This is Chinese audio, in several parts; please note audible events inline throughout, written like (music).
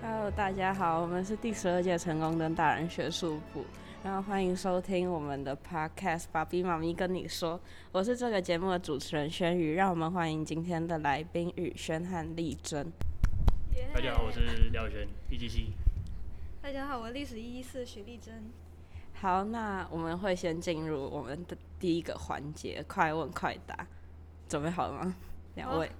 Hello，大家好，我们是第十二届成功灯大人学术部，然后欢迎收听我们的 Podcast《爸比妈咪跟你说》，我是这个节目的主持人轩宇，让我们欢迎今天的来宾宇轩和丽珍。大家好，我是廖宇轩，EGC。大家好，我历史一一四许丽珍。好，那我们会先进入我们的第一个环节，快问快答，准备好了吗？两位，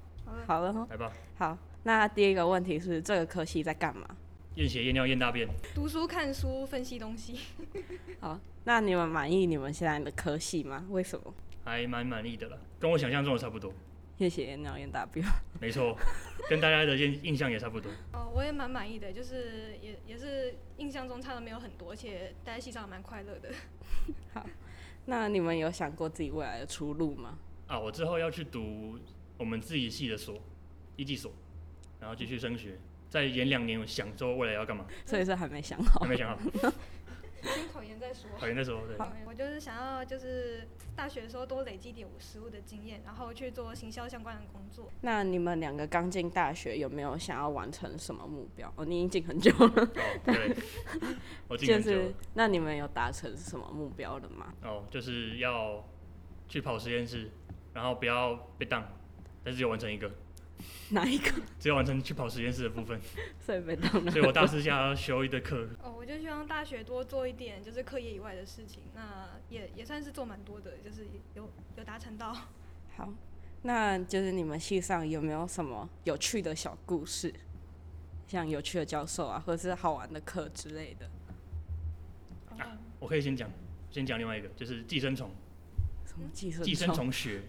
好好了，了吗？来吧，好，那第一个问题是这个科系在干嘛？验血、验尿、验大便，读书、看书、分析东西，好，那你们满意你们现在的科系吗？为什么？还蛮满意的啦，跟我想象中的差不多。谢谢尿液大便。没错， (laughs) 跟大家的印印象也差不多。哦，我也蛮满意的，就是也也是印象中差的没有很多，而且待在系上蛮快乐的。那你们有想过自己未来的出路吗？啊，我之后要去读我们自己系的所，一技所，然后继续升学，再延两年，我想说未来要干嘛，所以是还没想好还。没想好， (laughs) 先考研再说。 (laughs) 考研的时候对。考研我就是想要就是大学的时候多累积点我实务的经验，然后去做行销相关的工作。那你们两个刚进大学，有没有想要完成什么目标？哦，你已经进很久了，哦，对，我进就很久了是那你们有达成什么目标了吗？哦，就是要去跑实验室，然后不要被当，但是只有完成一个，哪一 (laughs) 个？ (laughs) 只有完成去跑实验室的部分。所以被动了。所以我大四下要修一堆课，哦，我就希望大学多做一点就是课业以外的事情，那也也算是做蛮多的，就是有有达成到。好，那就是你们系上有没有什么有趣的小故事？像有趣的教授啊，或者是好玩的课之类的，嗯哦我可以先讲，先讲另外一个，就是寄生虫，什么寄生寄生虫学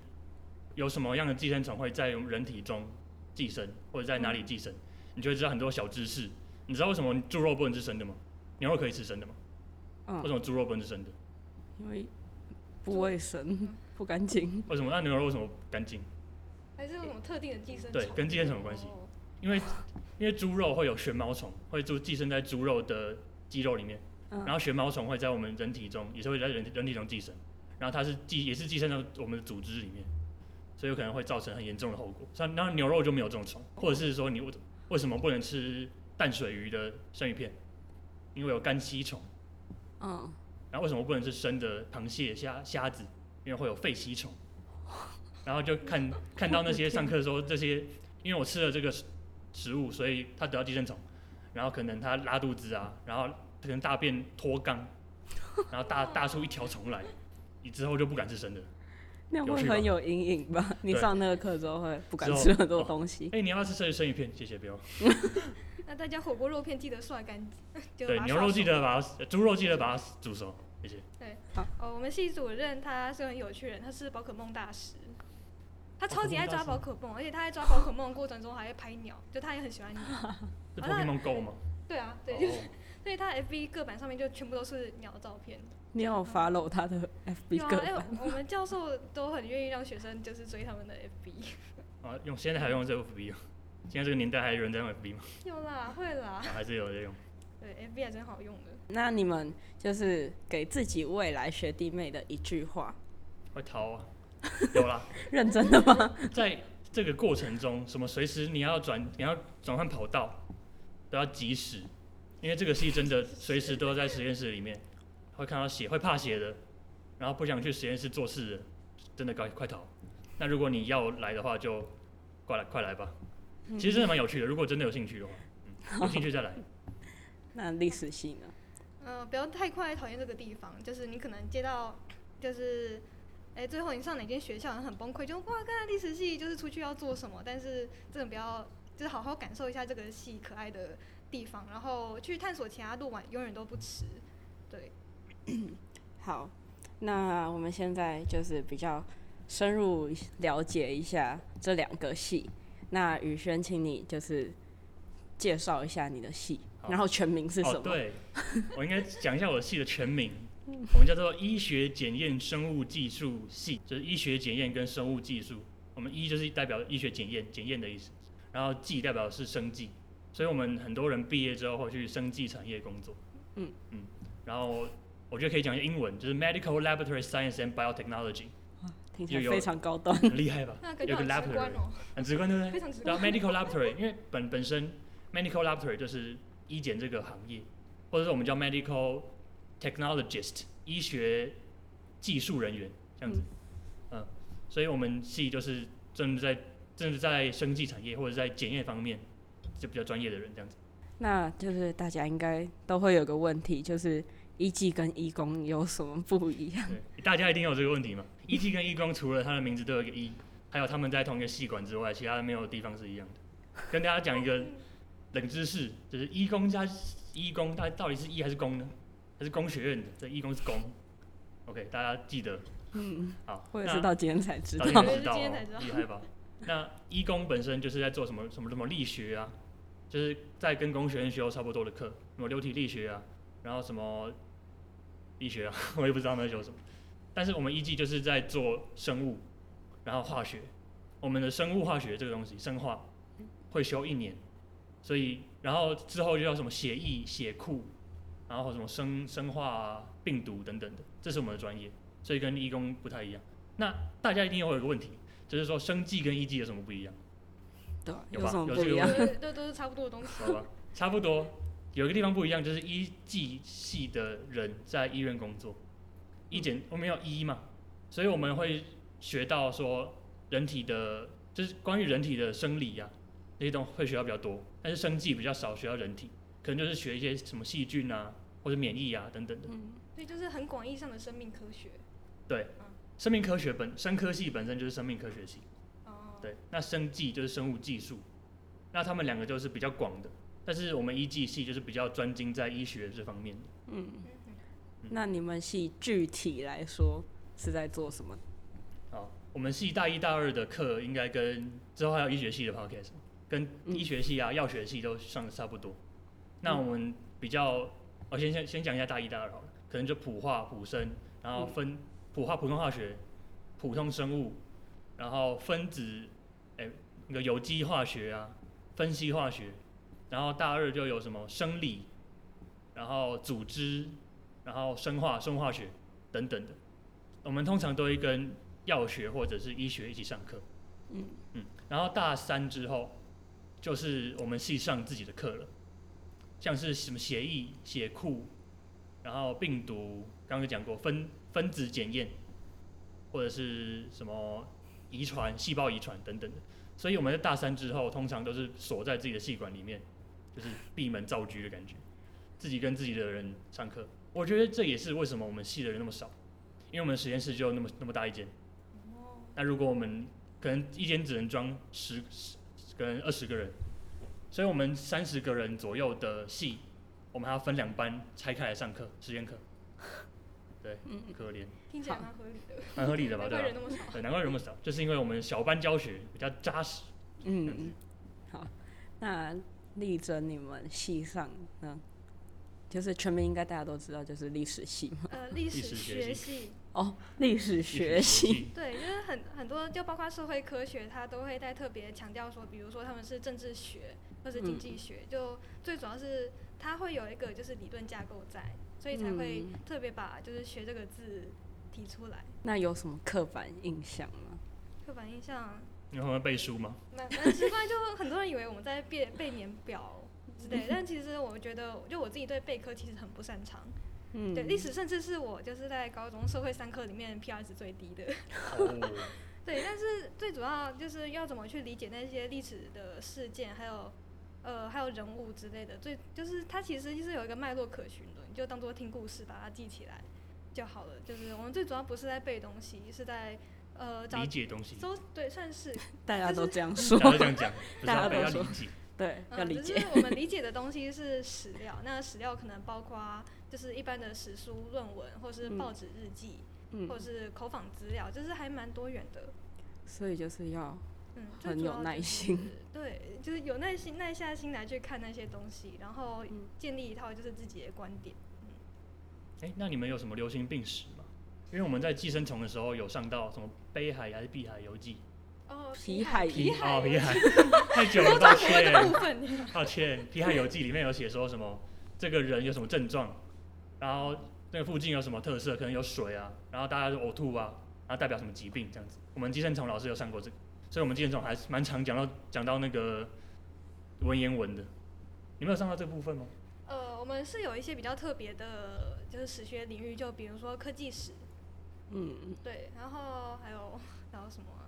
有什么样的寄生虫会在人体中寄生，或者在哪里寄生，你就会知道很多小知识。你知道为什么猪肉不能吃生的吗？牛肉可以吃生的吗？为嗯，什么猪肉不能吃生的？因为不卫生、嗯不干净，为什么那牛肉为什么干净？还是有什么特定的寄生虫？对，跟寄生虫有关系，哦因为因为猪肉会有旋毛虫，会住寄生在猪肉的肌肉里面，嗯然后旋毛虫会在我们人体中，也是会在人人体中寄生，然后它是寄也是寄生到我们的组织里面，所以有可能会造成很严重的后果。像那牛肉就没有这种虫，或者是说你为为什么不能吃淡水鱼的生鱼片？因为有肝吸虫。嗯，然后为什么不能吃生的螃蟹、虾、虾子？因为会有肺吸虫。然后就看看到那些上课说这些，因为我吃了这个食食物，所以他得到寄生虫，然后可能他拉肚子啊，然后可能大便脱肛，然后 (laughs) 大大出一条虫来，你之后就不敢吃生的。那有会趣吧很有阴影吧？你对上那个课之后会不敢之后吃很多哦东西。哎、你要不要吃生生鱼片？谢谢，不用。那大家火锅肉片记得涮 (laughs) 干净，就对，把它牛涮肉记熟得把它，呃猪肉记得把它煮熟。谢谢。哦，我们系主任他是很有趣的人，他是宝可梦大师，他超级爱抓宝可梦，而且他在 (laughs) 抓宝可梦的过程中还会拍鸟，就他也很喜欢鸟。是好那 Pokemon Go 吗？对啊，对，就是哦，所以他 FB 各版上面就全部都是鸟的照片。你有 follow 他的 FB 有啊个，哎、版？我 (laughs) 们教授都很愿意让学生就是追他们的 FB。啊，用现在还用这 FB 啊？现在这个年代还有人在用 FB 吗？有啦，会啦啊，还是有人在用。对，FB 还真好用的。那你们就是给自己未来学弟妹的一句 (laughs) 话，会逃啊，有啦，认真的吗？在这个过程中，什么随时你要转，你要转换跑道，都要及时，因为这个戏真的随时都在实验室里面，会看到血，会怕血的，然后不想去实验室做事的，真的快快逃。那如果你要来的话，就快来快来吧，其实真的蛮有趣的，如果真的有兴趣的话，嗯，有兴趣再来。那历史系呢？呃，不要太快讨厌这个地方，就是你可能接到，就是，哎、最后你上哪间学校，然后很崩溃，就哇，看历史系就是出去要做什么，但是真的不要，就是好好感受一下这个系可爱的地方，然后去探索其他路玩，永远都不迟。对，好，那我们现在就是比较深入了解一下这两个系。那宇轩，请你就是介绍一下你的系，好然后全名是什哦，么？ (laughs) 对，我应该讲一下我的系的全名，嗯我们叫做医学检验生物技术系，就是医学检验跟生物技术。我们医就是代表医学检验，检验的意思，然后技代表是生技，所以我们很多人毕业之后会去生技产业工作。嗯嗯，然后我觉得可以讲一下英文，就是 Medical Laboratory Science and Biotechnology，听起来有有非常高端。很厉害吧？那感觉有好个直观 laboratory，哦、很直观，对不对？非常直然观。后 medical laboratory，因为本本身 medical laboratory 就是医检这个行业，或者是我们叫 medical technologist 医学技术人员这样子，嗯、所以我们系就是真的在真的在生技产业或者在检验方面就比较专业的人这样子。那就是大家应该都会有个问题，就是医技跟医工有什么不一样？对，大家一定有这个问题嘛？医技跟医工除了他的名字都有一个医，还有他们在同一个系馆之外，其他的没有地方是一样的。跟大家讲一个冷知识，就是医工加医工，它到底是 E 医还是工呢？它是工学院的，这医工是工。OK，大家记得嗯，好。我也那是到今天才知早道就。道知道我也是今天哦才知道厉害吧？那医工本身就是在做什么什么什么力学啊，就是在跟工学院修差不多的课，什么流体力学啊，然后什么力学啊， (laughs) 我也不知道他们在修什么。但是我们医技就是在做生物，然后化学，我们的生物化学这个东西，生化会修一年，所以然后之后就要什么血液、血库，然后什么生生化、啊、病毒等等的，这是我们的专业，所以跟医工不太一样。那大家一定会有一个问题，就是说生技跟医技有什么不一样？对啊，有有吧什么有不这个一 (laughs) 样？对，这都是差不多的东西。好吧，差不多。有一个地方不一样，就是医技系的人在医院工作，医检我们要医嘛，所以我们会学到说人体的，就是关于人体的生理呀、啊、那些东西会学到比较多，但是生技比较少学到人体，可能就是学一些什么细菌啊或者免疫啊等等的。嗯，对，就是很广义上的生命科学。生命科学本生科系本身就是生命科学系，哦，对，那生技就是生物技术，那他们两个就是比较广的，但是我们医技系就是比较专精在医学这方面的。嗯嗯那你们系具体来说是在做什么？好，我们系大一大二的课应该跟之后还有医学系的 podcast，跟嗯医学系啊、药学系都上的差不多。那我们比较，我先先先讲一下大一大二好了，可能就普化、普生，然后分、普化、普通化学、普通生物，然后分子，哎、那个有机化学啊，分析化学，然后大二就有什么生理，然后组织，然后生化、生物化学等等的。我们通常都会跟药学或者是医学一起上课。嗯嗯，然后大三之后就是我们系上自己的课了，像是什么血液、血库，然后病毒，刚刚讲过分分子检验，或者是什么遗传、细胞遗传等等的。所以我们在大三之后，通常都是锁在自己的系馆里面，就是闭门造车的感觉，自己跟自己的人上课。我觉得这也是为什么我们系的人那么少，因为我们实验室就那么那么大一间。哦，那如果我们可能一间只能装十十可能二十个人，所以我们三十个人左右的系，我们还要分两班拆开来上课，实 (laughs) 验课。对，嗯可怜，听起来蛮合理的，蛮合理的吧？难 (laughs) 对怪人吧？那么少。对，难怪人那么少，就是因为我们小班教学比较扎实。嗯，好，那力争你们系上呢，就是全名应该大家都知道，就是历史系嘛。呃，历历史史学学系系，哦，历史学系，对，就是很很多，就包括社会科学，它都会在特别强调说，比如说他们是政治学或是经嗯济学，就最主要是它会有一个就是理论架构在，所以才会嗯特别把就是学这个字提出来。那有什么刻板印象吗？刻板印象你会背书吗？蛮蛮奇怪，就很多人以为我们在背背年表之类，但其实我觉得，就我自己对备课其实很不擅长。嗯，对，历史甚至是我就是在高中社会三课里面 PR 值最低的。哦，对，但是最主要就是要怎么去理解那些历史的事件，还有呃还有人物之类的，最就是它其实就是有一个脉络可循的，你就当做听故事把它记起来就好了。就是我们最主要不是在背东西，是在呃找理解 (laughs) 东西，搜对算是大家都就是这样大 (laughs) 说，家都这样讲，不是大要家背都要说理解。对，要嗯，理只解。是我 (laughs) 们理解的东西是史料，那史料可能包括就是一般的史书、论文，或是嗯报纸日记，嗯或，是口访资料，就是还蛮多元的。所以就是要嗯，最很主有要就耐是心。对，就是有耐心、耐下心来去看那些东西，然后嗯建立一套就是自己的观点。哎、那你们有什么流行病史吗？因为我们在寄生虫的时候有上到什么北海还是碧海游记，哦，皮海皮皮哦海皮 (laughs) 海，太久了，抱中国的 (laughs) 歉部分，抱歉，《皮海游记》里面有写说什么这个人有什么症状，然后那个附近有什么特色，可能有水啊，然后大家就呕吐啊，然后代表什么疾病这样子。我们寄生虫老师有上过这个，所以我们寄生虫还是蛮常讲到讲到那个文言文的。你们有上到这部分吗？呃们是有一些比较特别的，就是史学领域，就比如说科技史，嗯，对，然后还有然后什么啊、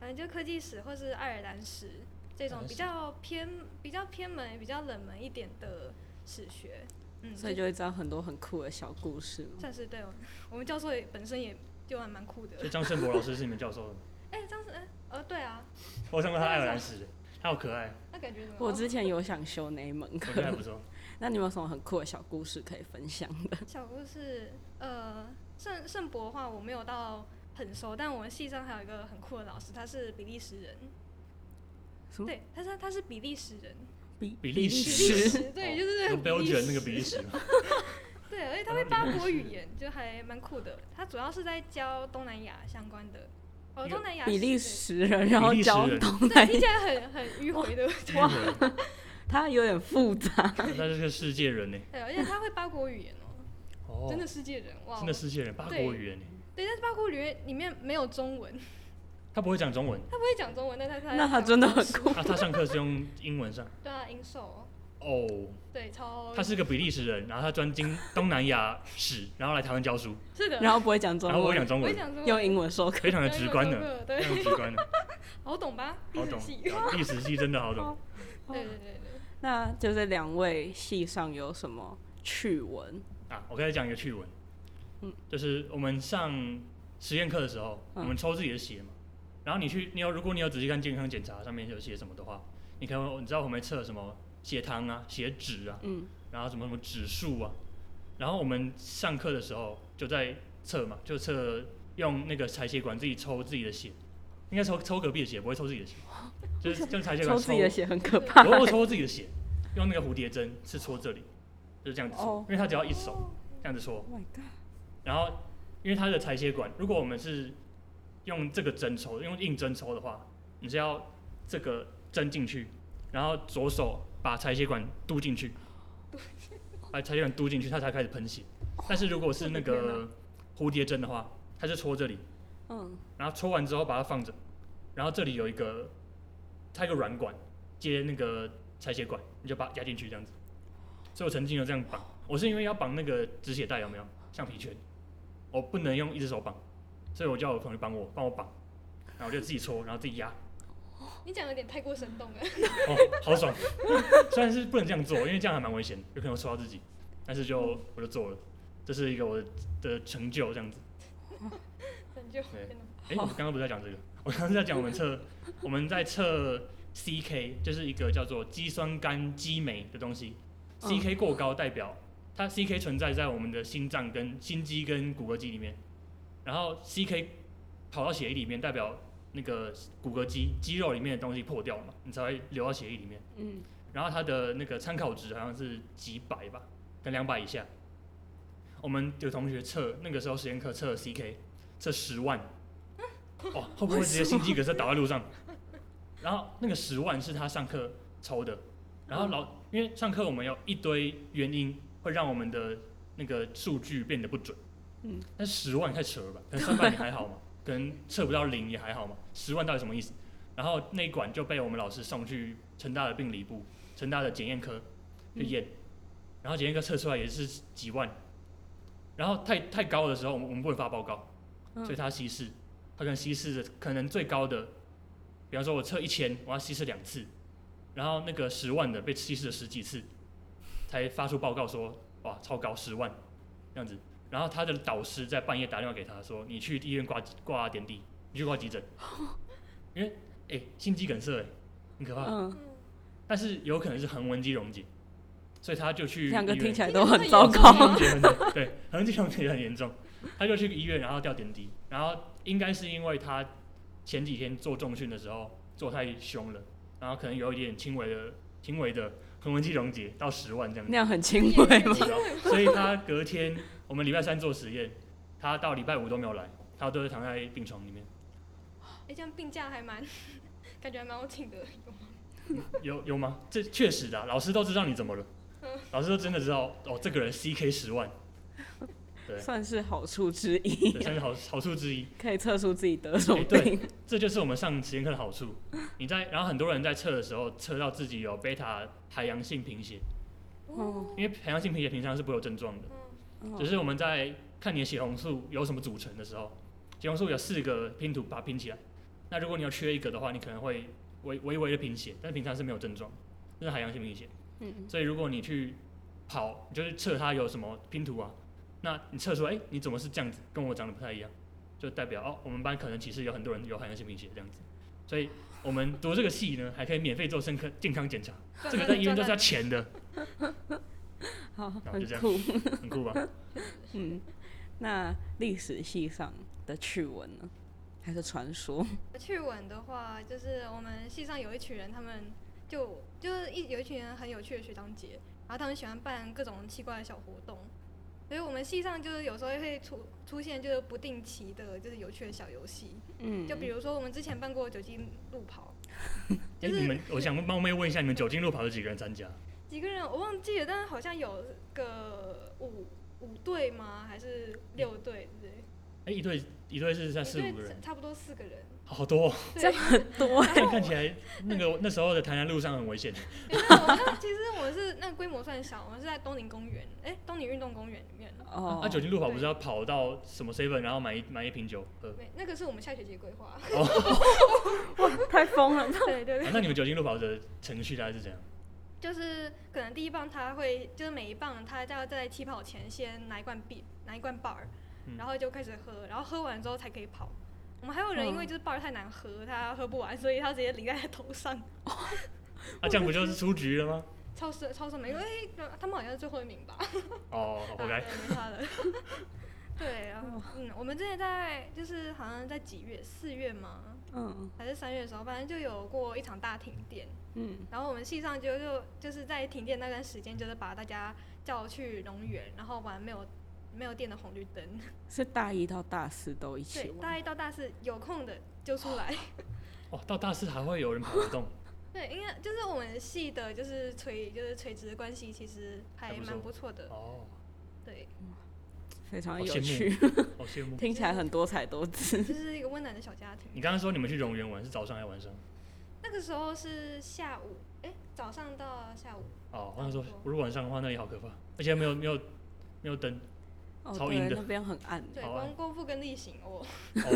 反正就科技史或是爱尔兰史这种比较偏、比较偏门、比较冷门一点的史学，嗯，所以就就会知道很多很酷的小故事嘛。算是对我我们教授也本身也就还蛮酷的所。以张胜博老师是你们教 (laughs) 授的吗，哎、这样子，哎呃，对啊，我上过他爱尔兰史，他好可爱，那感觉怎么样？我之前有想修那一门我觉得还课，不错。 (laughs) 那你有没有什么很酷的小故事可以分享的？哦小故事，呃，圣圣博的话我没有到很熟，但我们系上还有一个很酷的老师，他是比利时人。什么对，他是他是比利时人，比哦比利比时利时 (laughs) 对，就是有很比利 Belgian 时那 (laughs) 个比利时吗？对，而且他会八国语言，就还蛮酷的。他主要是在教东南亚相关的，哦，一个东南亚比利是时人，然后比利时教人东对，南听亚，起来很很迂 (laughs) 回的，哇，它有点复杂。他是个世界人呢，对，而且他会八国语言哦，哦，真的世界人哇，真的世界人，八国语言呢，对，但是八国语言里面没有中文，他不会讲中 (laughs) 文，他不会讲中文，但他他那他讲真的中很文酷，他他上课是用英文上，对啊，英寿哦哦，对，超他是个比利时人，然后他专精东南亚史，然后来台湾教书，是的， (laughs) 然后不会讲中然后我会讲文，中我也文，讲中文，用英文授课。非常的直观的，的，非对，常直 (laughs) 观的，好懂吧？历好史懂系，，历史系真的好懂。对对对对，那就是两位系上有什么趣闻？啊，我开始讲一个趣闻，嗯就是我们上实验课的时候，嗯我们抽自己的血嘛，然后你去，你有如果你有仔细看健康检查上面有写什么的话，你看你知道我们测什么血糖啊、血脂啊，嗯，然后什么什么指数啊，然后我们上课的时候就在测嘛，就测用那个采血管自己抽自己的血，应该抽抽隔壁的血，不会抽自己 (laughs) 的血，就是用采血管抽自己的血很可 (laughs) 怕。Oh 我我抽自己的血，用那个蝴蝶针是戳这里，就是这样子戳哦因为它只要一手这样子戳， Oh my god！然后因为它的采血管，如果我们是用这个针抽，用硬针抽的话，你是要这个针进去，然后左手把采血管嘟进去，把采血管嘟进去，它才开始喷血。但是如果是那哦我的天个蝴蝶针的话，它是戳这里，嗯，然后抽完之后把它放着，然后这里有一个，它有一个软管接那个采血管，你就把它压进去这样子。所以我曾经有这样绑，我是因为要绑那个止血带有没有橡皮圈，我不能用一只手绑，所以我叫我朋友帮我帮我绑，然后我就自己戳，然后自己压，你讲得有点太过生动了，哦，好爽。 (laughs) 虽然是不能这样做，因为这样还蛮危险，有可能会戳到自己，但是就我就做了，这是一个我的的成就这样子。很就对真的哎、我刚刚不是在讲这个，我刚刚是在讲我们测，我们在测 CK，就是一个叫做肌酸酐激酶的东西。嗯 CK 过高代表它 CK 存在在我们的心脏跟心肌跟骨骼肌里面，然后 CK 跑到血液里面，代表那个骨骼肌肌肉里面的东西破掉嘛，你才会流到血液里面。嗯，然后它的那个参考值好像是几百吧，跟两百以下。我们有同学测那个时候实验课测 CK，测十万，哦， (laughs) 会不会直接心肌梗塞倒在路上？然后那个十万是他上课抽的，然后老因为上课我们有一堆原因会让我们的那个数据变得不准，嗯，但十万太扯了吧？可能三百你还好嘛，可能测不到零也还好嘛，十万到底什么意思？然后那一管就被我们老师送去成大的病理部，成大的检验科去验，然后检验科测出来也是几万，然后太太高的时候，我们我们不能发报告，嗯所以它稀释，它可能稀释的可能最高的，比方说我测一千，我要稀释两次，然后那个十万的被稀释了十几次，才发出报告说哇超高十万这样子，然后他的导师在半夜打电话给他说你去医院挂挂点滴，你去挂急诊，因为哎、心肌梗塞哎、很可怕，嗯，嗯，但是有可能是横纹肌溶解，所以他就去两个医院听起来听起来都很很糟严重啊糕。(laughs) (laughs) 横结很严重，对，横结胸结很严重，他就去医院，然后吊点滴，然后应该是因为他前几天做重训的时候做太凶了，然后可能有一点轻微的轻微的横纹肌溶解到十万这样那子，样很轻微吗？轻微吗？所以他隔天我们礼拜三做实验，他到礼拜五都没有来，他都是躺在病床里面，哎，这样病假还蛮， (laughs) 感觉还蛮好请的，有有吗？这确实的啊、老师都知道你怎么了，老师都真的知道哦，这个人 CK 十万，对算是好处之一这，算是好好处之一。 (laughs) 可以测出自己得什么哎对病。 (laughs) 这就是我们上实验课的好处。你在，然后很多人在测的时候测到自己有贝塔海洋性贫血，哦嗯因为海洋性贫血平常是不会有症状的，只嗯是我们在看你的血红素有什么组成的时候，血红素有四个拼图把它拼起来。那如果你有缺一个的话，你可能会微微微的贫血，但是平常是没有症状，这是海洋性贫血。嗯所以如果你去跑，你就是测它有什么拼图啊，那你测出哎、诶你怎么是这样子，跟我长得不太一样，就代表哦，我们班可能其实有很多人有海洋性贫血这样子。所以我们读这个系呢，还可以免费做身科健康检查，这个在医院都是要钱的，好，然后很就这样 (laughs) 酷。很酷吧？嗯，那历史系上的趣闻呢？还是传说？趣闻的话，就是我们系上有一群人，他们就就是一有一群人很有趣的学长姐，然后他们喜欢办各种奇怪的小活动，所以我们系上就是有时候会出出现就是不定期的，就是有趣的小游戏，嗯，就比如说我们之前办过酒精路跑，就诶哎你是们，我想冒昧问一下，你们酒精路跑有几个人参加？几个人我忘记了，但是好像有个五五队吗？还是六队之类？哎、一队一队是在四对五个人，差不多四个人。好多、哦，这样很多欸、看起来那个那时候的台南路上很危险。没有我们其实我是那规模算小，我们是在东宁公园，哎、东宁运动公园里面。哦，那、啊酒精路跑不是要跑到什么 seven，然后买一买一瓶酒喝？没，那个是我们下学期的规划。 (laughs) 太疯了。对啊对对，那你们酒精路跑的程序大概是怎样？就是可能第一棒他会，就是每一棒他要在起跑前先拿一罐 B，拿一罐 bar，嗯然后就开始喝，然后喝完之后才可以跑。我们还有人因为就是 bar 太难喝，他喝不完，所以他直接淋在头上，啊，这样不就是出局了吗？超市超市没，因为他们好像是最后一名吧。哦，活啊该。对没差的。对，然后嗯，我们之前在就是好像在几月，四月吗？嗯还是三月的时候，反正就有过一场大停电，嗯然后我们系上就就就是在停电那段时间，就是把大家叫去农园，然后玩没有没有电的红绿灯。是大一到大四都一起对，玩。大一到大四有空的就出来。哦，到大四还会有人跑得动，对，因为就是我们系的就是垂就是垂直的关系，其实还还不错蛮不错的。哦，对，非常好有羡慕 (laughs) 趣，好羡慕。听起来很多彩多姿。就是一个温暖的小家庭。你刚刚说你们去榕园玩是早上还是晚上？那个时候是下午，哎、早上到下午。哦，我想说差不，多如果晚上的话，那里好可怕，而且没有没有没有灯。哦，超对，阴的那边很暗。对，好啊光光复跟例行哦，哦，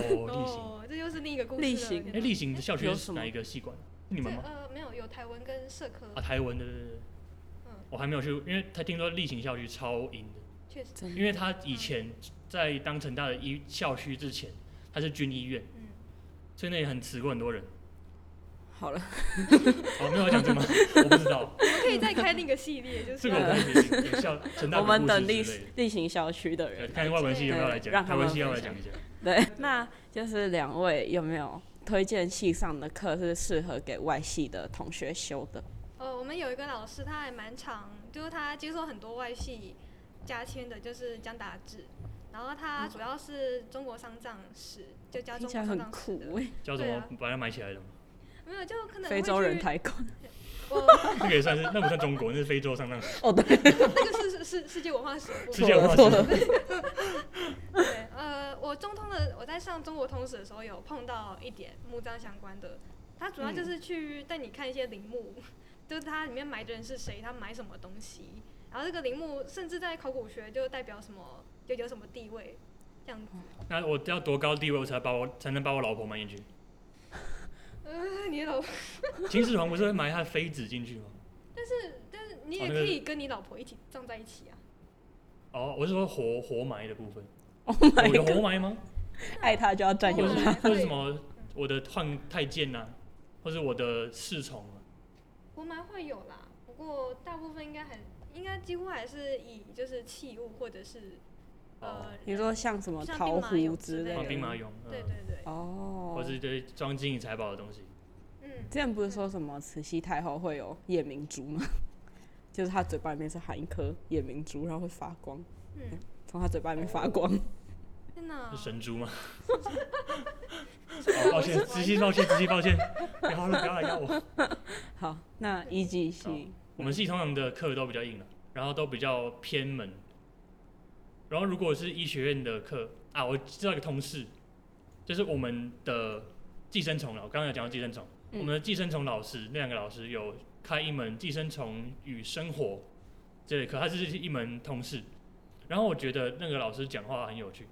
哦，这又是另一个故事了。例行例行。天哎，哪例行的校区有是什么哪一个系馆？是你们这吗？呃，没有，有台文跟社科啊，，台文的，对对对。嗯我还没有去，因为他听说例行校区超阴的，确实，真因为他以前在当成大的医校区之前，他是军医院，嗯，所以那里很死过很多人。好 (laughs) 了，哦，没有要 (laughs) 讲这吗？我不知道。我们可以再开另一个系 (laughs) 列，就是这个我可以理解像陈大 (laughs) 我哥们故事等之例类的例行校区的对人。看外文系有没有来对讲，让台他文们系要不要分来享讲一下。对，那就是两位有没有推荐系上的课是适合给外系的同学修的？呃，我们有一个老师，他还蛮长，就是他接受很多外系加签的，就是江达志，然后他主要是中国丧葬史，就教听中起国来丧很葬史酷的，诶，叫什对么啊把它买起来的吗？没有，就可能非洲会人去抬棺。我那个也算是，那不算中国，那是非洲 (laughs) 上当。哦，对，那个是是是世界文化史， (laughs) 我世界文化错了史，对，呃，我中通的，我在上中国通史的时候有碰到一点墓葬相关的，它主要就是去带你看一些陵墓， (laughs) 就是它里面埋的人是谁，他埋什么东西，然后这个陵墓甚至在考古学就代表什么，就有什么地位，这样子。那我要多高地位我才把我才能把我老婆埋进去？呃， (laughs) 你老，秦始皇不是会埋他的妃子进去吗？但是但是你哦那也可个以跟你老婆一起葬在一起啊，哦，我是说活活埋的部分， (laughs) Oh 我有 my god！活埋吗？爱他就要占或有者他。是或者是什对么我的换太监呐，或者我的侍从啊？活埋会有啦，不过大部分应该很，应该几乎还是以就是器物或者是哦呃，你说像什么桃核之类对啊像兵的马？俑，对嗯，对对，哦或，是对装金银财宝的东西。嗯，之前不是说什么慈禧太后会有夜明珠吗？ (laughs) 就是她嘴巴里面是含一颗夜明珠，然后会发光，嗯，从她嘴巴里面哦发光。 (laughs) 真的啊是神 (laughs) 猪吗？哦，抱歉，仔细抱歉，仔细抱歉，不要了，不要来咬我。好，那一季哦系，我们系通常的课都比较硬了，然后都比较偏门。然后如果是医学院的课啊，我知道一个同事，就是我们的寄生虫了。我刚刚有讲到寄生虫，嗯我们的寄生虫老师那两个老师有开一门寄生虫与生活这类课，它就是一门通识。然后我觉得那个老师讲话很有趣，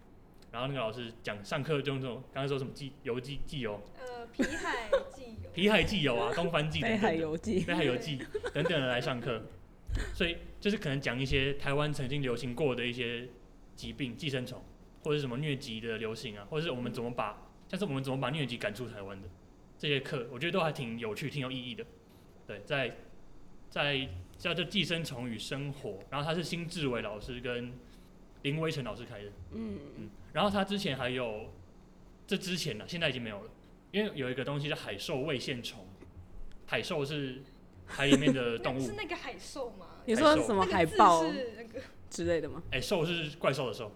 然后那个老师讲上课就用这种刚才说什么记游记记游、呃，皮海记游，皮海记游啊、东方 (laughs) 记等北等海的游记》北海游记等等的来上课，所以就是可能讲一些台湾曾经流行过的一些疾病，寄生虫或者是什么疟疾的流行啊，或者是我们怎么把，像是我们怎么把疟疾赶出台湾的这些课，我觉得都还挺有趣、挺有意义的。对，在在叫做《寄生虫与生活》，然后他是辛志伟老师跟林威成老师开的。嗯，嗯，然后他之前还有，这之前呢、现在已经没有了，因为有一个东西叫海兽胃线虫，海兽是海里面的动那物是，那个海兽吗？你说什么那海个字豹是那个之类的吗？哎，兽是怪兽的兽，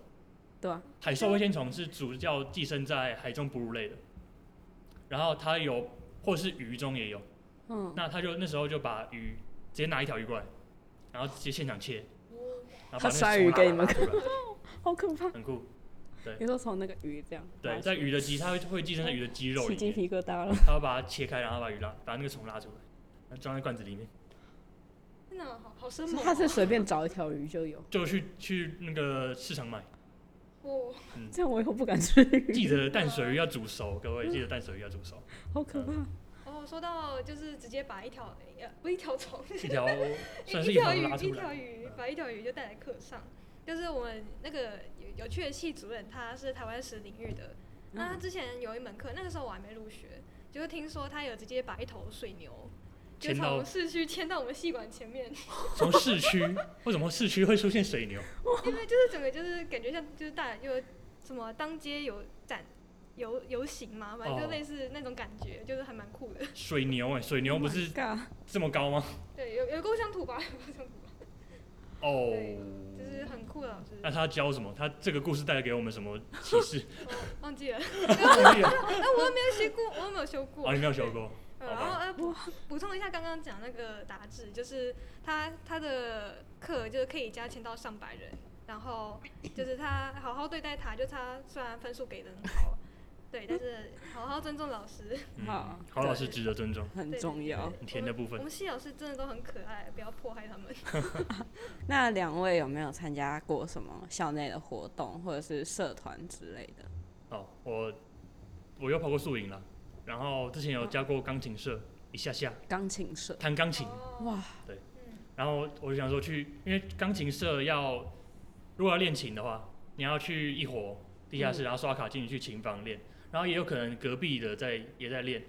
对啊，海兽胃线虫是主要寄生在海中哺乳类的，然后它有或是鱼中也有，嗯，那他就那时候就把鱼直接拿一条鱼过来，然后直接现场切，然他后把那个杀手鱼拉给你们拉出来好可怕！(laughs) 很酷，你说从那个鱼这样，对，在鱼的肌，它会会寄生在鱼的肌肉起里鸡面。皮疙瘩了，他要把它切开，然后把鱼拉，把那个虫拉出来，然后装在罐子里面，真的好好生猛哦。他是随便找一条鱼就有，就去去那个市场买。我这样我以后不敢吃记鱼， (laughs) 得淡水鱼要煮熟，各位记得淡水鱼要煮熟，好可怕！嗯哦，说到就是直接把一条呃不一条虫，一条算是一一条鱼拉一出条来。鱼嗯把一条鱼就带来课上。就是我们那个有有趣的系主任，他是台湾史领域的，嗯那他之前有一门课，那个时候我还没入学，就是听说他有直接把一头水牛。就牵到从市区牵到我们系馆前面，从市区，为什么市区会出现水牛？因为就是整个就是感觉像就是大有什么当街游展游游行嘛，反正就哦类似那种感觉，就是还蛮酷的。 (laughs) 水牛哎、水牛不是 Oh God，这么高吗？对，有有够乡土吧， (laughs) 有够乡土吧，哦，对就是很酷的老师。那他教什么？他这个故事带给我们什么启 (laughs) 示？哦 (laughs) 忘记了， (laughs) 没有哎，我又没有学过，我又没有修过。哦，你没有学过，呃好吧然后呃补补充一下刚刚讲那个杂志，就是他他的课就是可以加签到上百人，然后就是他好好对待他，就是他虽然分数给的很好，对，但是好好尊重老师。嗯好好老师值得尊重。很对重要。很甜的部分我们系老师真的都很可爱，不要迫害他们。那两位有没有参加过什么校内的活动或者是社团之类的？哦，我我又跑过宿营了，然后之前有加过钢琴社一下下，钢琴社，弹钢琴。哦，哇，嗯，然后我就想说去，因为钢琴社要如果要练琴的话，你要去一伙地下室，嗯然后刷卡进去琴房练，然后也有可能隔壁的在也在练，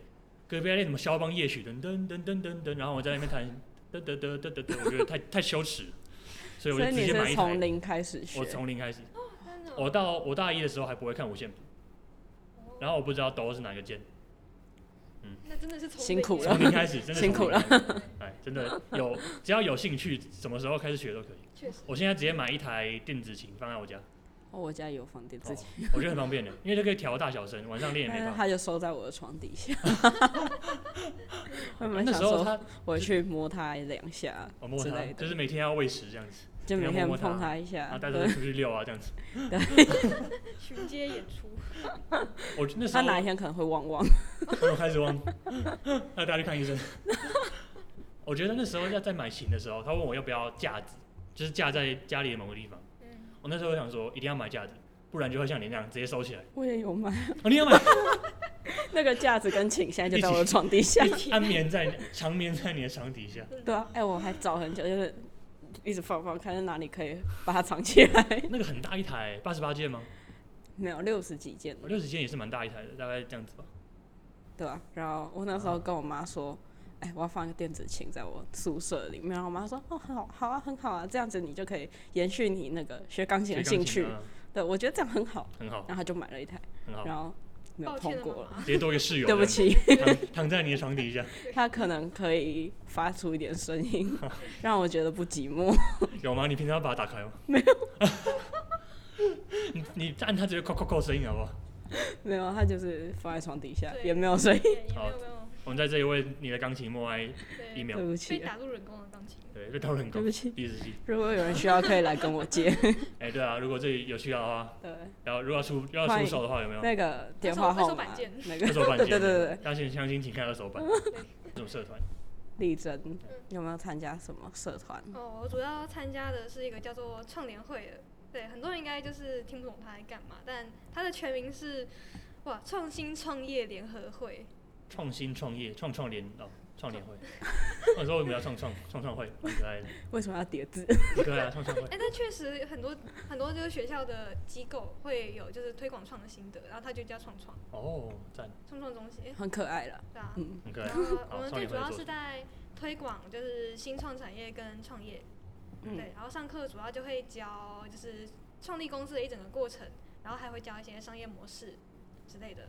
隔壁在练什么肖邦夜曲噔噔噔噔噔噔，然后我在那边弹噔噔噔噔噔噔，我觉得太 (laughs) 太羞耻了，所以我所就以直你接买是一从台。零开始学我，从零开始，真的哦。我到我大一的时候还不会看五线谱，哦然后我不知道哆是哪个键，那真的是从辛苦从零开始真的辛苦了，了，哎，真的有只要有兴趣，什么时候开始学都可以。确实。我现在直接买一台电子琴放在 (laughs) 我家，哦，我家有放电自己，我觉得很方便的，因为它可以调大小声，晚上练也但没是办法。它就收在我的床底 (laughs) 下。我们那想时候说他哦我去摸它两下我摸之它类，的，就是每天要喂食这样子，就每你要天摸它碰它一然下后，带着对它出去遛啊这样 (laughs) 子。巡街演 (laughs) 出，我那时它候哪一天可能会汪汪。我有开始忘，那大家去看医生。我觉得那时候要在买琴的时候，他问我要不要架子，就是架在家里的某个地方。嗯，我那时候想说一定要买架子，不然就会像你那样直接收起来。 (laughs) 我也有买哦，你要买，那个架子跟琴，现在就在一起我的床底下。安眠在长眠在你的床底下。对啊，哎、我还找很久，就是一直放放，看是哪里可以把它藏起来。 (laughs) 那个很大一台，八十八件吗？没有六十几件我，六十件也是蛮大一台的，大概这样子吧。对啊。然后我那时候跟我妈说，哎、我要放一个电子琴在我宿舍里面。然后我妈说，哦，很好，好啊，很好啊，这样子你就可以延续你那个学钢琴的所以兴钢趣。琴啊对，我觉得这样很好。很好，然后她就买了一台，很好。然后没有抱碰歉了过妈了。妈，直接多一个室友。对不，起，躺躺在你的床底下，她可能可以发出一点声 (laughs) 音，让我觉得不寂寞。有吗？你平常把它打开吗？没有。 (laughs) 你你按它直接扣扣扣声音好不好？没有，她就是放在床底下，对也没有声音。对也没好有没有，我们在这里为你的钢琴默哀一对，秒对。不被起啊，打入冷宫的钢琴。对，被讨论对过不。起。第十集。如果有人需要，可以来跟我借。哎，对啊，如果这里有需要的话，对，然后如果要出要欢出迎手的话，有没有？那个电话二手号二手码版件，那 (laughs) 二个手版对对对对相信相信，请看二手版。这种社团，丽珍有没有参加什么社团？哦，我主要参加的是一个叫做创联会的，对，很多人应该就是听不懂他在干嘛，但他的全名是哇创新创业联合会，创新创业创创联哦，创联 (laughs) 会。我说我们要创创创创会，很可爱的，为什么要叠字？很可爱啊，创创会哎、。但确实很多很多就是学校的机构会有就是推广创新的，然后他就叫创创哦，赞，创创中心，哎、很可爱了，对啊，嗯，很可爱然。后好我们创最业主要合作是在推广就是新创产业跟创业，嗯对，然后上课主要就会教就是创立公司的一整个过程，然后还会教一些商业模式之类的，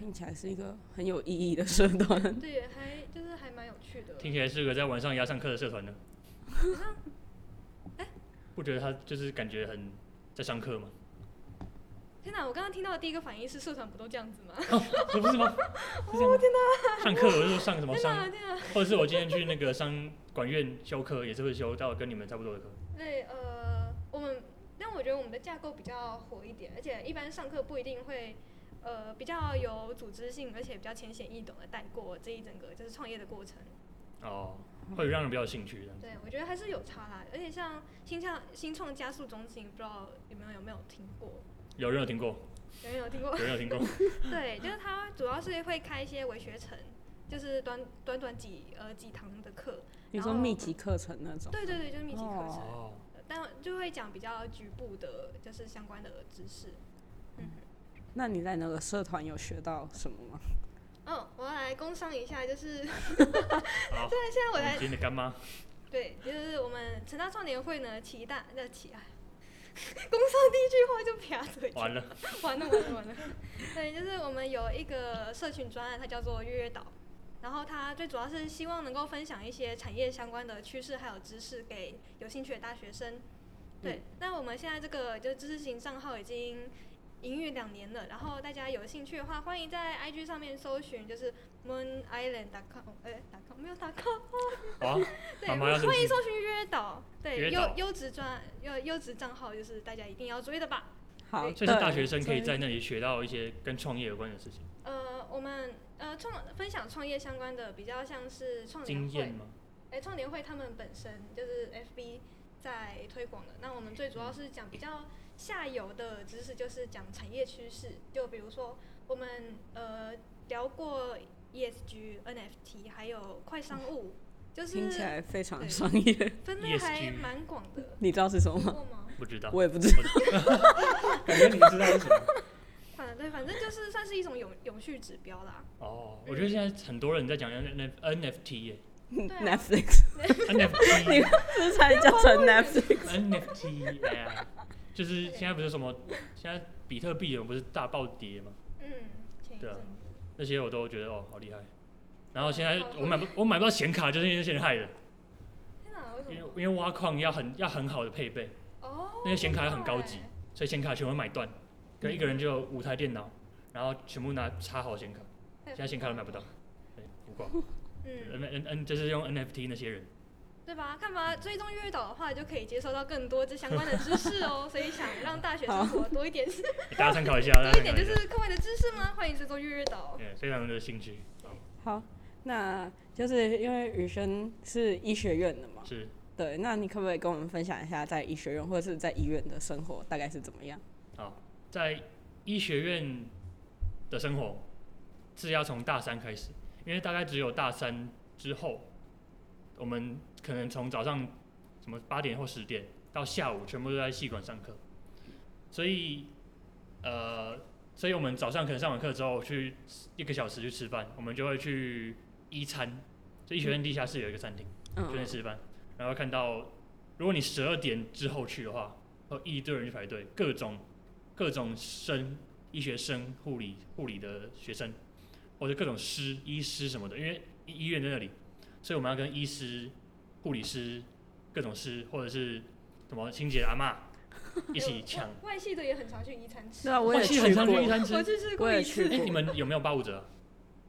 听起来是一个很有意义的社团。对，还就是还蛮有趣的。听起来是个在晚上压上课的社团 (laughs) 呢。不觉得他就是感觉很在上 (laughs) 课吗？天哪，我刚刚听到的第一个反应是社团不都这样子吗？ (laughs) 这不是吗？是这样吗？上课我就说上什么哦 (laughs) 天哪，上，天哪，或者是我今天去那个商管院修课，也是会修到跟你们差不多的课。对，呃，我们，但我觉得我们的架构比较活一点，而且一般上课不一定会。呃，比较有组织性，而且比较浅显易懂的带过这一整个就是创业的过程。哦，会让人比较有兴趣的。对，我觉得还是有差啦。而且像新创新创加速中心，不知道你们有没有听过？有人有听 (laughs) 过？有没有听过？有人有听过？对，就是它主要是会开一些微学程，就是短短短几呃几堂的课。你说密集课程那种，对对对，就是密集课程。哦，但就会讲比较局部的，就是相关的知识。那你在那个社团有学到什么吗？嗯，我要来工商一下，就是好，啊现在我我们来今天的干妈，对，就是我们成大创联会呢，齐大那齐哎， (laughs) 工商第一句话就撇嘴去， (laughs) 完了，完了完了完了。 (laughs) 对，就是我们有一个社群专案，它叫做月月岛，然后它最主要是希望能够分享一些产业相关的趋势还有知识给有兴趣的大学生。对，那我们现在这个就是知识型账号已经营运两年了，然后大家有兴趣的话，欢迎在 IG 上面搜寻，就是 moon island com，哎、打 com 没有打 com，好，对，妈妈要生欢气迎搜寻约岛，对，约优岛优质专优优质账号就是大家一定要追的吧。好，所以是大对学生可以在那里学到一些跟创业有关的事情，呃，我们呃创分享创业相关的比较像是创联经验会，吗？哎，创联会他们本身就是 FB 在推广的。那我们最主要是讲比较下游的知识，就是讲产业趋势，就比如说我们呃聊过 E ESG、NFT，还有 (laughs) 快商务，就听起是来非常对商业，分类还 ESG 蛮广 (laughs) 的。你知道是什么听吗？过吗？不知道，我也不知道。感觉你知道是什么。反对，反正就是算是一种永永续指标啦。哦，我觉得现在很多人在讲 N N N F T (laughs) 耶啊 Netflix ，N F (laughs) T 是才叫成 Netflix， N F T 哎呀，就是现在不是什么，现在比特币不是大暴跌嘛，嗯，前一对阵啊子。那些我都觉得哦好厉害。然后现在我买不我买不到显卡，就是因为那些人害的，天哪，为因什么？为因为挖矿要很要很好的配备，哦，那些显卡要很高对级，所以显卡全部买断，可能一个人就有五台电脑，然后全部拿插好显卡，现在显卡都买不到，哎对，不管嗯， N N N 就是用 N F T 那些人，对吧？干嘛追踪月岛的话，就可以接收到更多这相关的知识 (laughs) 哦。所以想让大学生活多一点，多大家参考一下，大家 (laughs) 一参点考就一下，是课外的知识吗？欢迎追踪月月岛。对，非常的兴趣，好，那就是因为宇轩是医学院的嘛，是。对，那你可不可以跟我们分享一下在医学院或者是在医院的生活大概是怎么样？好，在医学院的生活是要从大三开始，因为大概只有大三之后，我们可能从早上什么八点或十点到下午，全部都在系馆上课，所以呃，所以我们早上可能上完课之后去一个小时去吃饭，我们就会去一餐，就医学院地下室有一个餐厅。就在嗯，吃饭，然后看到，如果你十二点之后去的话，会有一堆人去排队，各种各种生医学生、护理护理的学生，或者各种师医师什么的，因为医医院在那里，所以我们要跟医师、护理师、各种师或者是什么清洁阿嬷一起抢。外外系的也很常去宜餐吃，对啊， (laughs) 我哇也其实很去常去一过，餐吃我。去吃我过也一次去。呃哎、你们有没有八五折啊？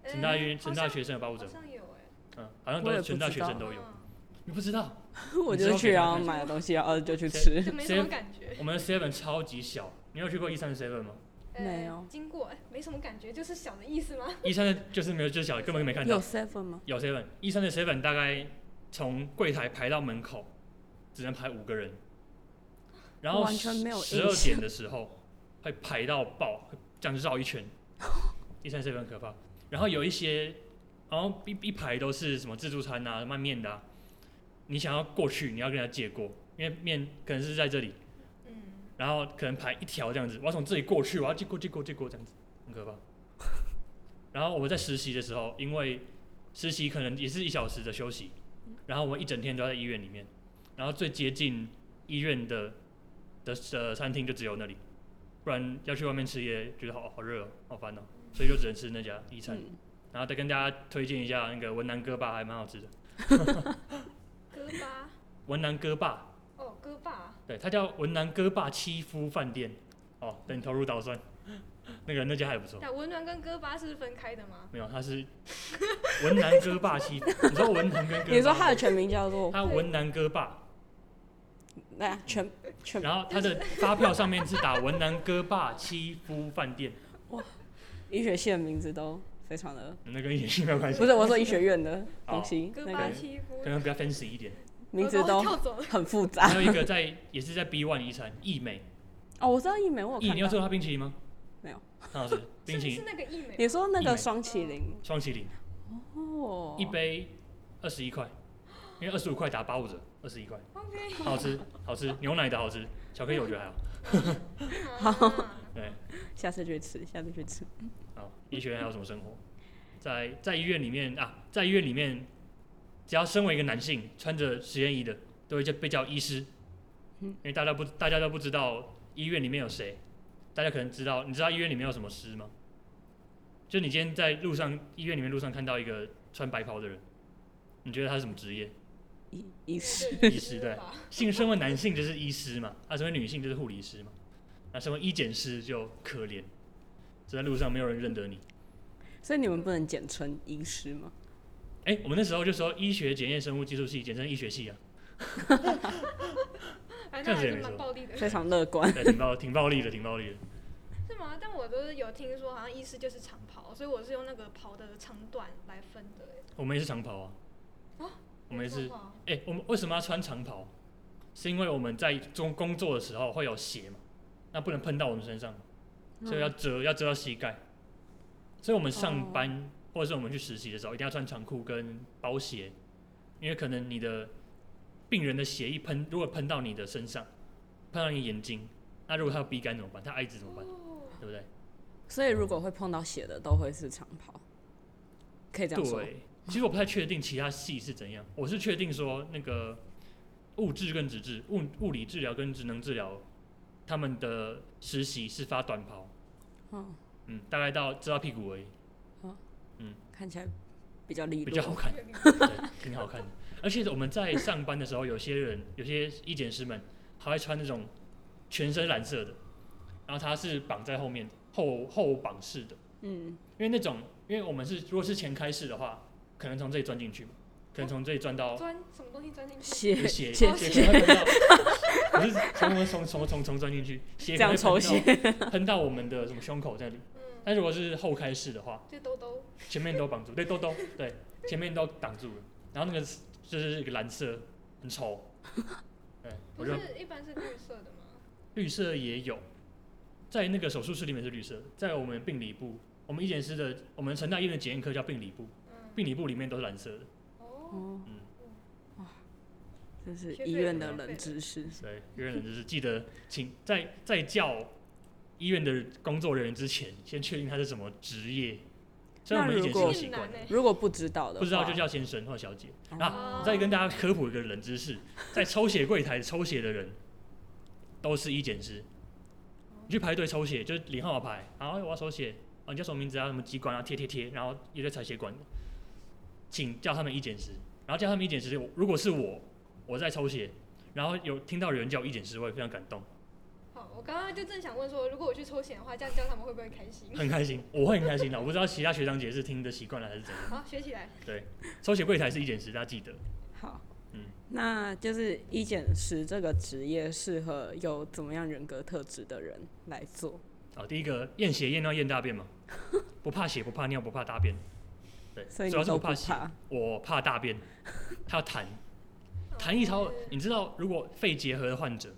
哎成大医院、好成大像学生有八五折好，像有哎，嗯，好像我都也是不成大知学道生都有。嗯你不知道？ (laughs) 我就是去然后买了东西，然后就去吃。就没什么感觉。我们的 Seven 超级小，你有去过一三 Seven 吗？呃没有经过，哎没什么感觉，就是小的意思吗？一三的就是没有，就是小，根本没看到有。seven 吗？有 seven，一三的 seven 大概从柜台排到门口，只能排五个人，然后完全没有十印二象点的时候会排到爆，这样绕一 (laughs) 圈。一三 seven 很可怕。然后有一些，然后一一排都是什么自助餐啊、卖面的、啊，你想要过去，你要跟人家借过，因为面可能是在这里，嗯，然后可能排一条这样子，我要从这里过去，我要经过经过经过这样子，很可怕。然后我在实习的时候，因为实习可能也是一小时的休息，然后我一整天都在医院里面，然后最接近医院的的的餐厅就只有那里，不然要去外面吃也觉得好好热哦，好烦哦，所以就只能吃那家一餐。嗯，然后再跟大家推荐一下那个文南哥霸，还蛮好吃的。哥巴，文南哥霸，哦，哥巴，对，它叫文南哥霸七夫饭店。哦，等你投入捣蒜， (laughs) 那个那家还不错。那文南跟哥巴是分开的吗？没有，他 (laughs) 是文南哥霸七夫。你说文南跟哥霸？你说他的全名叫做他文南哥霸，那全全然后他的发票上面是打文南哥霸七夫饭店，医学系的名字都非常的，那跟演戏没有关系不，是我说医学院的东西，哥那巴个欺负可，能比较 fancy (laughs) 一点。名字我都跳走了。很复杂。还有一个在也是在 B One 遗产益美，哦，我知道一美，我有益看你有吃到。过他冰淇淋吗？没有，(laughs) 很好吃，冰淇是是淋那个艺美你说那一个美双麒麟双麒麟哦，一杯二十一块，因为二十五块打八五折，二十一块， (laughs) ，OK，好吃好吃，牛奶的好吃，巧克力我觉得还好，好，对。下次去吃，下次去吃。好，医学院还有什么生活？在在医院里面啊，在医院里面，只要身为一个男性，穿着实验衣的，都会叫被叫医师，嗯因为大家不大家都不知道医院里面有谁，大家可能知道，你知道医院里面有什么师吗？就你今天在路上，医院里面路上看到一个穿白袍的人，你觉得他是什么职业？医医师， (laughs) 医师对性身为男性就是医师嘛，啊，身为女性就是护理师嘛，那、身为医检师就可怜，走在路上没有人认得你。所以你们不能简称医师吗？哎、我们那时候就说医学检验生物技术系，简称医学系啊， (laughs) 这样哎，那还子也是没错蛮暴力的，非常乐观。对，挺暴挺暴力的，挺暴力的。是吗？但我都是有听说，好像医师就是长袍，所以我是用那个袍的长短来分的。哎我们也是长袍啊，哦我们也是，长袍哎、我们为什么要穿长袍？是因为我们在中工作的时候会有血嘛，那不能喷到我们身上，所以要遮，要遮到膝盖。所以我们上班、或者是我们去实习的时候，一定要穿长裤跟包鞋，因为可能你的病人的血一喷，如果喷到你的身上，喷到你眼睛，那如果他有鼻干怎么办？他艾滋怎么办？哦对不对？所以如果会碰到血的，都会是长袍，可以这样说。对，其实我不太确定其他系是怎样，我是确定说那个物质跟职治、物物理治疗跟职能治疗，他们的实习是发短袍，嗯，嗯，大概到遮到屁股而已，看起来比较利比较落。好看， (laughs) 对，挺好看的。而且我们在上班的时候，有些人有些医检师们还会穿那种全身蓝色的，然后它是绑在后面后后绑式的。嗯，因为那种，因为我们是如果是前开式的话，可能从这里钻进去嘛，可能从这里钻到钻什么东西钻进去？血血血血哦血可能会喷到， (laughs) 不是从从从从从钻进去，血这 (laughs) 样可能会抽喷血，到喷到我们的什么胸口这里。嗯，但如果是后开式的话，就兜兜。前面都绑住，对，都都对，前面都挡住了，然后那个是就是一个蓝色，很丑。对，不我觉得是一般是绿色的吗？绿色也有，在那个手术室里面是绿色的，在我们病理部，我们医检师的，我们成大医院的检验科叫病理部，嗯，病理部里面都是蓝色的。哦，哦嗯，哇，这是医院的冷知识。对，约人就是记得，请在在叫医院的工作人员之前，先确定他是什么职业。虽然我那们一如点是果有有习惯，如果不知道的话，不知道就叫先生或小姐。啊哦再跟大家科普一个冷知识，在抽血柜台抽血的人都是医检师。你去排队抽血，就是领号码牌，然后哎我要抽血，啊，你叫什么名字啊？什么机关啊？贴贴贴，然后也在采血管，请叫他们医检师，然后叫他们医检师。我如果是我，我在抽血，然后有听到有人叫我医检师，我也非常感动。好，我刚刚就正想问说，如果我去抽血的话，这样教他们会不会开心？很开心，我会很开心的。我不知道其他学长姐是听得习惯了还是怎样。好，学起来。抽血柜台是一点十，大家记得。好，嗯那就是医检师这个职业适合有怎么样人格特质的人来做？好，哦第一个验血、验尿、验 (laughs) 大便嘛，不怕血，不怕尿，不怕大便。对，所以主要你是都我不怕血，怕，我怕 (laughs) 大便，他痰，痰一超，你知道如果肺结核的患者，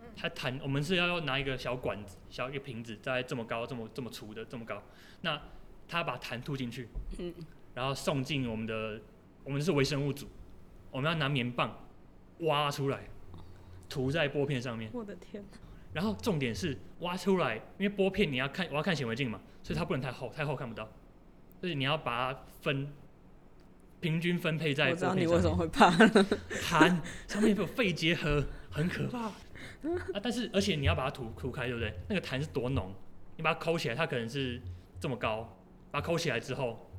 嗯他痰，我们是要拿一个小管子、小一个瓶子，大概这么高、这么这么粗的、这么高，那他把痰吐进去，嗯然后送进我们的，我们是微生物组，我们要拿棉棒挖出来，涂在玻片上面。我的天，然后重点是挖出来，因为玻片你要看，我要看显微镜嘛，所以它不能太厚，太厚看不到，所以你要把它分平均分配在我知道玻你片为上什么面。会怕了，含上面有肺结核，很可 (laughs) 怕啊！但是而且你要把它涂涂开，对不对？那个痰是多浓，你把它抠起来，它可能是这么高，把它抠起来之后，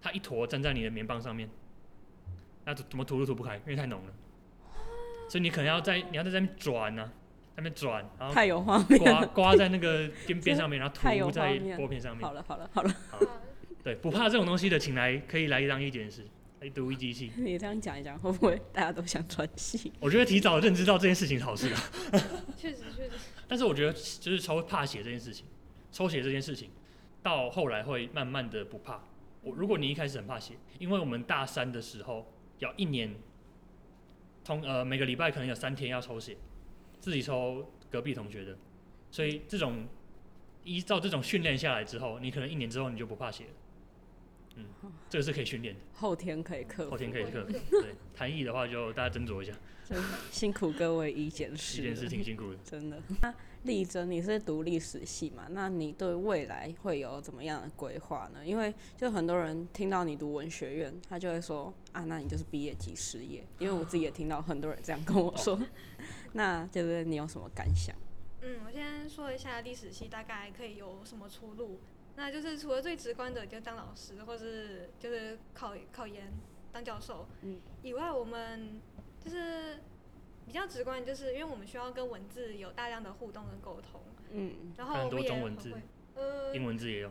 它一坨粘在你的棉棒上面，那怎怎么涂都涂不开，因为太浓了。所以你可能要在你要在那边转呢、啊，在那边转，然后太有画面 (laughs) (laughs) 刮了。刮在那个边边上面，然后太有涂在画面玻片上面好。了好了好了，对，不怕这种东西的，请来可以来一张一检师，来读一机系。你这样讲一讲，会不会大家都想穿戏？我觉得提早认知到这件事情是好事啊。确实确实，但是我觉得就是抽怕血这件事情，抽血这件事情，到后来会慢慢的不怕。我如果你一开始很怕血，因为我们大三的时候要一年，通呃每个礼拜可能有三天要抽血，自己抽隔壁同学的，所以这种依照这种训练下来之后，你可能一年之后你就不怕血了。嗯，这个是可以训练的。后天可以克后服，天可以哦克服。对，谈艺的话就大家斟酌一下，真的辛苦各位一检这件事师，挺辛苦的。真的。那丽珍，你是读历史系嘛？那你对未来会有怎么样的规划呢？因为就很多人听到你读文学院，他就会说啊，那你就是毕业即失业。因为我自己也听到很多人这样跟我哦说， (laughs) 那就是你有什么感想？嗯，我先说一下历史系大概可以有什么出路。那就是除了最直观的，就当老师，或是就是考考研、当教授，嗯，以外，我们就是比较直观，就是因为我们需要跟文字有大量的互动跟沟通，嗯，然看很后我多们也中很文字会，呃，英文字也有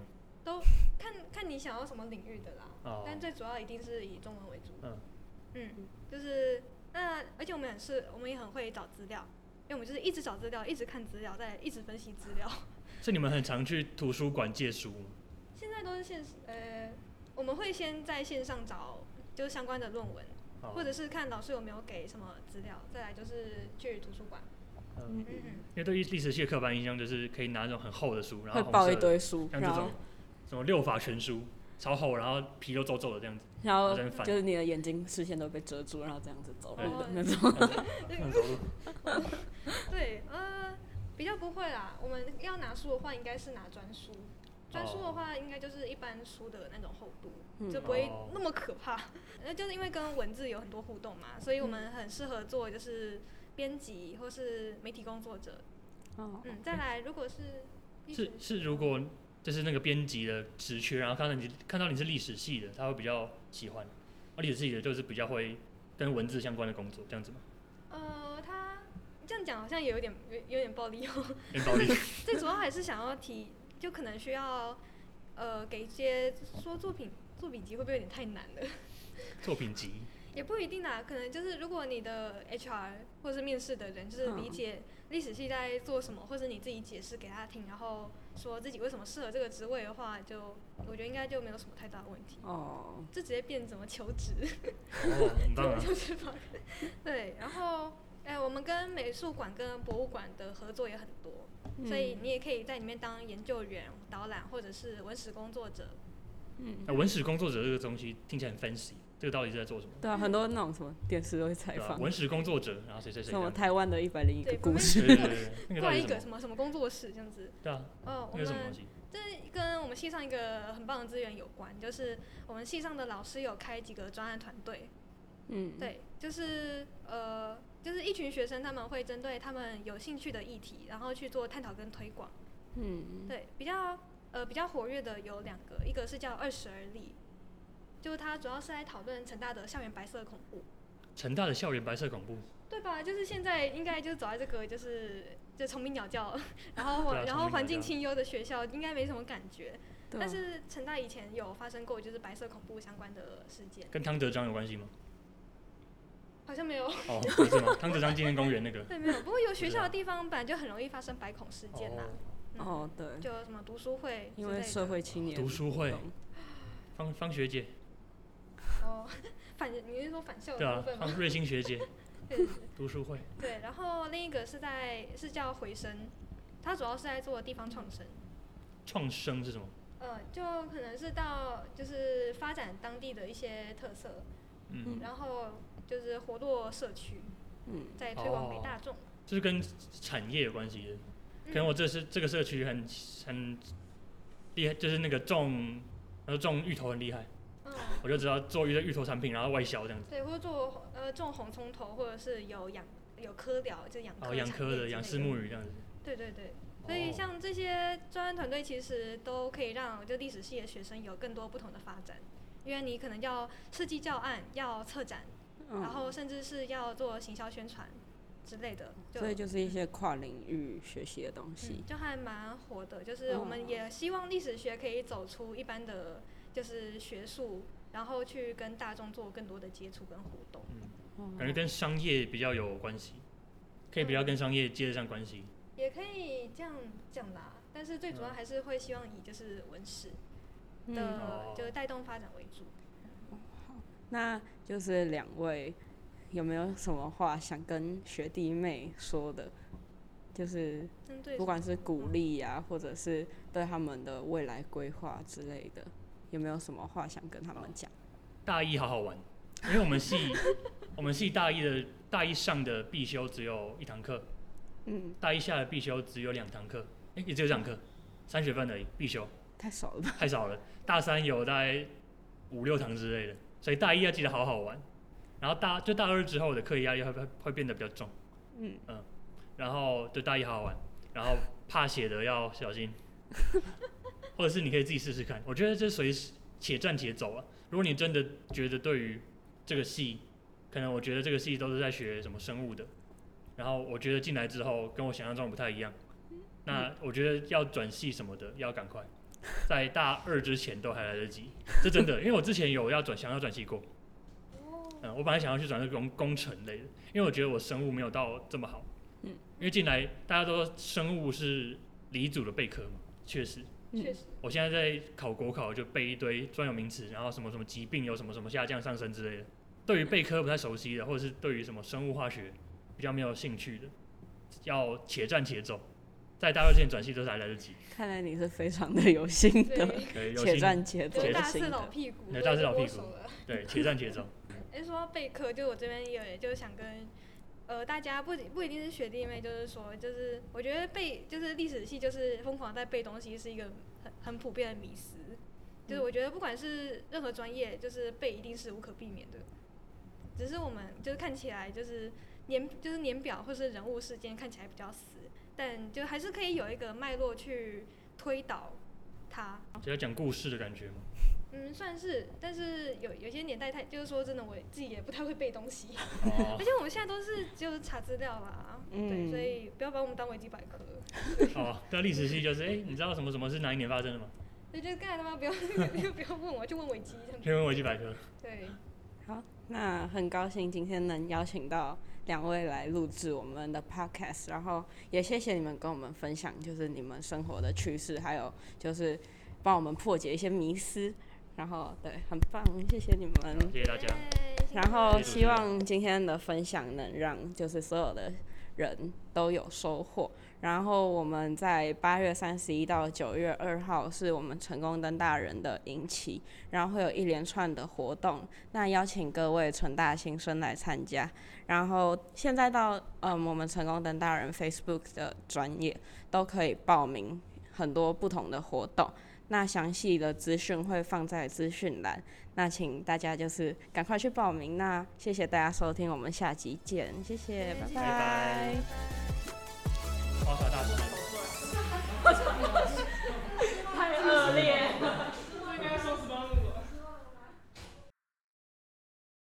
看看你想要什么领域的啦，哦，但最主要一定是以中文为主。嗯嗯就是那而且我们也是，我们也很会找资料，因为我们就是一直找资料，一直看资料，再一直分析资料。所以你们很常去图书馆借书吗现在都是线时，呃，我们会先在线上找就是相关的论文，哦或者是看老师有没有给什么资料，再来就是去图书馆。嗯嗯，因为对于历史系的刻板印象就是可以拿那种很厚的书，然会后红抱一色的，堆书，像这然后种什么六法全书，超厚，然后皮都皱皱的这样子，然后在那边翻就是你的眼睛视线都被遮住，然后这样子走路的对哦那种。很走路。对，呃，比较不会啦。我们要拿书的话，应该是拿专书。专书的话，应该就是一般书的那种厚度，嗯就不会哦那么可怕。 (laughs) 那就是因为跟文字有很多互动嘛，所以我们很适合做就是编辑或是媒体工作者。哦，嗯，再来，如果是历史是是，如果就是那个编辑的职缺，然后看到你看到你是历史系的，他会比较喜欢，啊而历史系的就是比较会跟文字相关的工作这样子嘛，呃，他这样讲好像也有点有有点暴力哦。 (laughs) 很暴力。 (laughs) 最主要还是想要提，就可能需要呃给一些说作品作品集会不会有点太难了？作品集也不一定啦，可能就是如果你的 HR 或是面试的人就是理嗯解历史系在做什么，或是你自己解释给他听，然后说自己为什么适合这个职位的话，就我觉得应该就没有什么太大的问题，哦，就直接变怎么求职。哦，很棒啊！ (laughs) 就是吧， (laughs) 对，然后哎、我们跟美术馆跟博物馆的合作也很多，所以你也可以在里面当研究员、导览或者是文史工作者。嗯，那文史工作者这个东西听起来很 fancy，这个到底是在做什么？对啊，很多那种什么电视都会采对啊吧？访，文史工作者，然后谁谁谁什这么样子？台湾的一百零一个对故对事，对对对，对那个到挂底一是什么？个什么什么工作室这样子。对啊，哦，我那个什么东们西？这跟我们系上一个很棒的资源有关，就是我们系上的老师有开几个专案团队，嗯，对，就是呃，就是一群学生他们会针对他们有兴趣的议题，然后去做探讨跟推广。嗯，对，比较呃比较活跃的有两个，一个是叫《二十而立》，就是它主要是来讨论成大的校园白色恐怖，成大的校园白色恐怖，对吧？就是现在应该就走在这个就是就虫鸣鸟叫， (laughs) 然后对啊我然虫后鸣环鸟境叫清幽的学校应该没什么感觉，对啊但是成大以前有发生过就是白色恐怖相关的事件，跟汤德章有关系吗？好像没 (laughs) 有哦，不是吗？汤德章纪念公园那个。对没有，不过有学知校的道地方本来就很容易发生白恐事件啦。哦，嗯哦，对，就有什么读书会之因类为的，社会青年读书会活动方方学姐，哦，反你是说返校对的啊部分，吗？方瑞欣学姐对读书会，对，然后另一个是在是叫回声，它主要是在做地方创生，创生是什么？呃，就可能是到就是发展当地的一些特色，嗯，然后就是活络社区，嗯，再推广给哦大众。这是跟产业有关系的。嗯可能我这是这个社区很很厉害，就是那个种，然后种芋头很厉害，嗯，我就知道做芋芋头产品，然后外销这样子。对，或者做呃种红葱头，或者是有养有科疗，就养然科哦后养产业科之的、类养虱目鱼这样子。对对对，所以哦像这些专案团队其实都可以让就历史系的学生有更多不同的发展，因为你可能要设计教案，要策展，嗯然后甚至是要做行销宣传之类的，就所以就是一些跨领域学习的东西嗯，。就还蛮火的。嗯就是我们也希望历史学可以走出一般的就是学术，然后去跟大众做更多的接触跟互动。哦感觉跟商业比较有关系，可以比较跟商业接得上关系。也可以这样讲啦，但是最主要嗯还是会希望以就是文史嗯，的、哦就是带动发展为主。那就是两位有没有什么话想跟学弟妹说的？就是针对不管是鼓励呀，或者是对他们的未来规划之类的，有没有什么话想跟他们讲？大一好好玩，因为我们系我们系大一的大一上的必修只有一堂课，嗯，大一下的必修只有两堂课，哎、也只有两课，三学分而已，必修太少了吧？太少了。大三有大概五六堂之类的，所以大一要记得好好玩。然后大就大二之后的课业压力会会会变得比较重，嗯然后对大一好好玩，然后怕写的要小心，或者是你可以自己试试看。我觉得这随时且战且走啊。如果你真的觉得对于这个系，可能我觉得这个系都是在学什么生物的，然后我觉得进来之后跟我想象中不太一样，那我觉得要转系什么的要赶快，在大二之前都还来得及， (laughs) 这真的，因为我之前有要转想要转系过，哦嗯，我本来想要去转那种工程类的，因为我觉得我生物没有到这么好。嗯，因为进来大家都说生物是理组的备课嘛，确实。嗯确实，我现在在考国考就背一堆专有名词，然后什么什么疾病有什么什么下降上升之类的。对于备科不太熟悉的，或者是对于什么生物化学比较没有兴趣的，要且战且走，在大二之前转系都是还来得及。看来你是非常的有心得，对，对，有且心战且走就的大四心老得。屁股，对大四老屁股都握手了 (laughs) 对且战且走。哎，说到备课，就我这边也就是想跟呃大家不仅不一定是学弟妹，就是说，就是我觉得背就是历史系就是疯狂在背东西是一个很很普遍的迷思，就是我觉得不管是任何专业，就是背一定是无可避免的，只是我们就是看起来就是年就是年表或是人物事件看起来比较死，但就还是可以有一个脉络去推导它。只要讲故事的感觉嘛。嗯，算是，但是有有些年代太，就是说真的，我自己也不太会背东西， (laughs) 哦而且我们现在都是就是查资料啦，嗯对，所以不要把我们当维基百科，哦，那历史系就是哎、你知道什么什么是哪一年发生的吗？所以就是刚才他妈不要 (laughs) 就不要问我，就问维基这样子，天文维基百科。对，好，那很高兴今天能邀请到两位来录制我们的 podcast，然后也谢谢你们跟我们分享，就是你们生活的趣事，还有就是帮我们破解一些迷思，然后对，很棒，谢谢你们。谢谢大家。耶谢谢然后谢谢主持希人望今天的分享能让就是所有的人都有收获。然后我们在八月三十一到九月二号是我们成功登大人的迎期，然后会有一连串的活动，那邀请各位成大新生来参加。然后现在到嗯我们成功登大人 Facebook 的专业都可以报名很多不同的活动。那详细的资讯会放在资讯栏。那请大家就是赶快去报名。那谢谢大家收听，我们下集见，谢谢，谢谢拜花洒大师。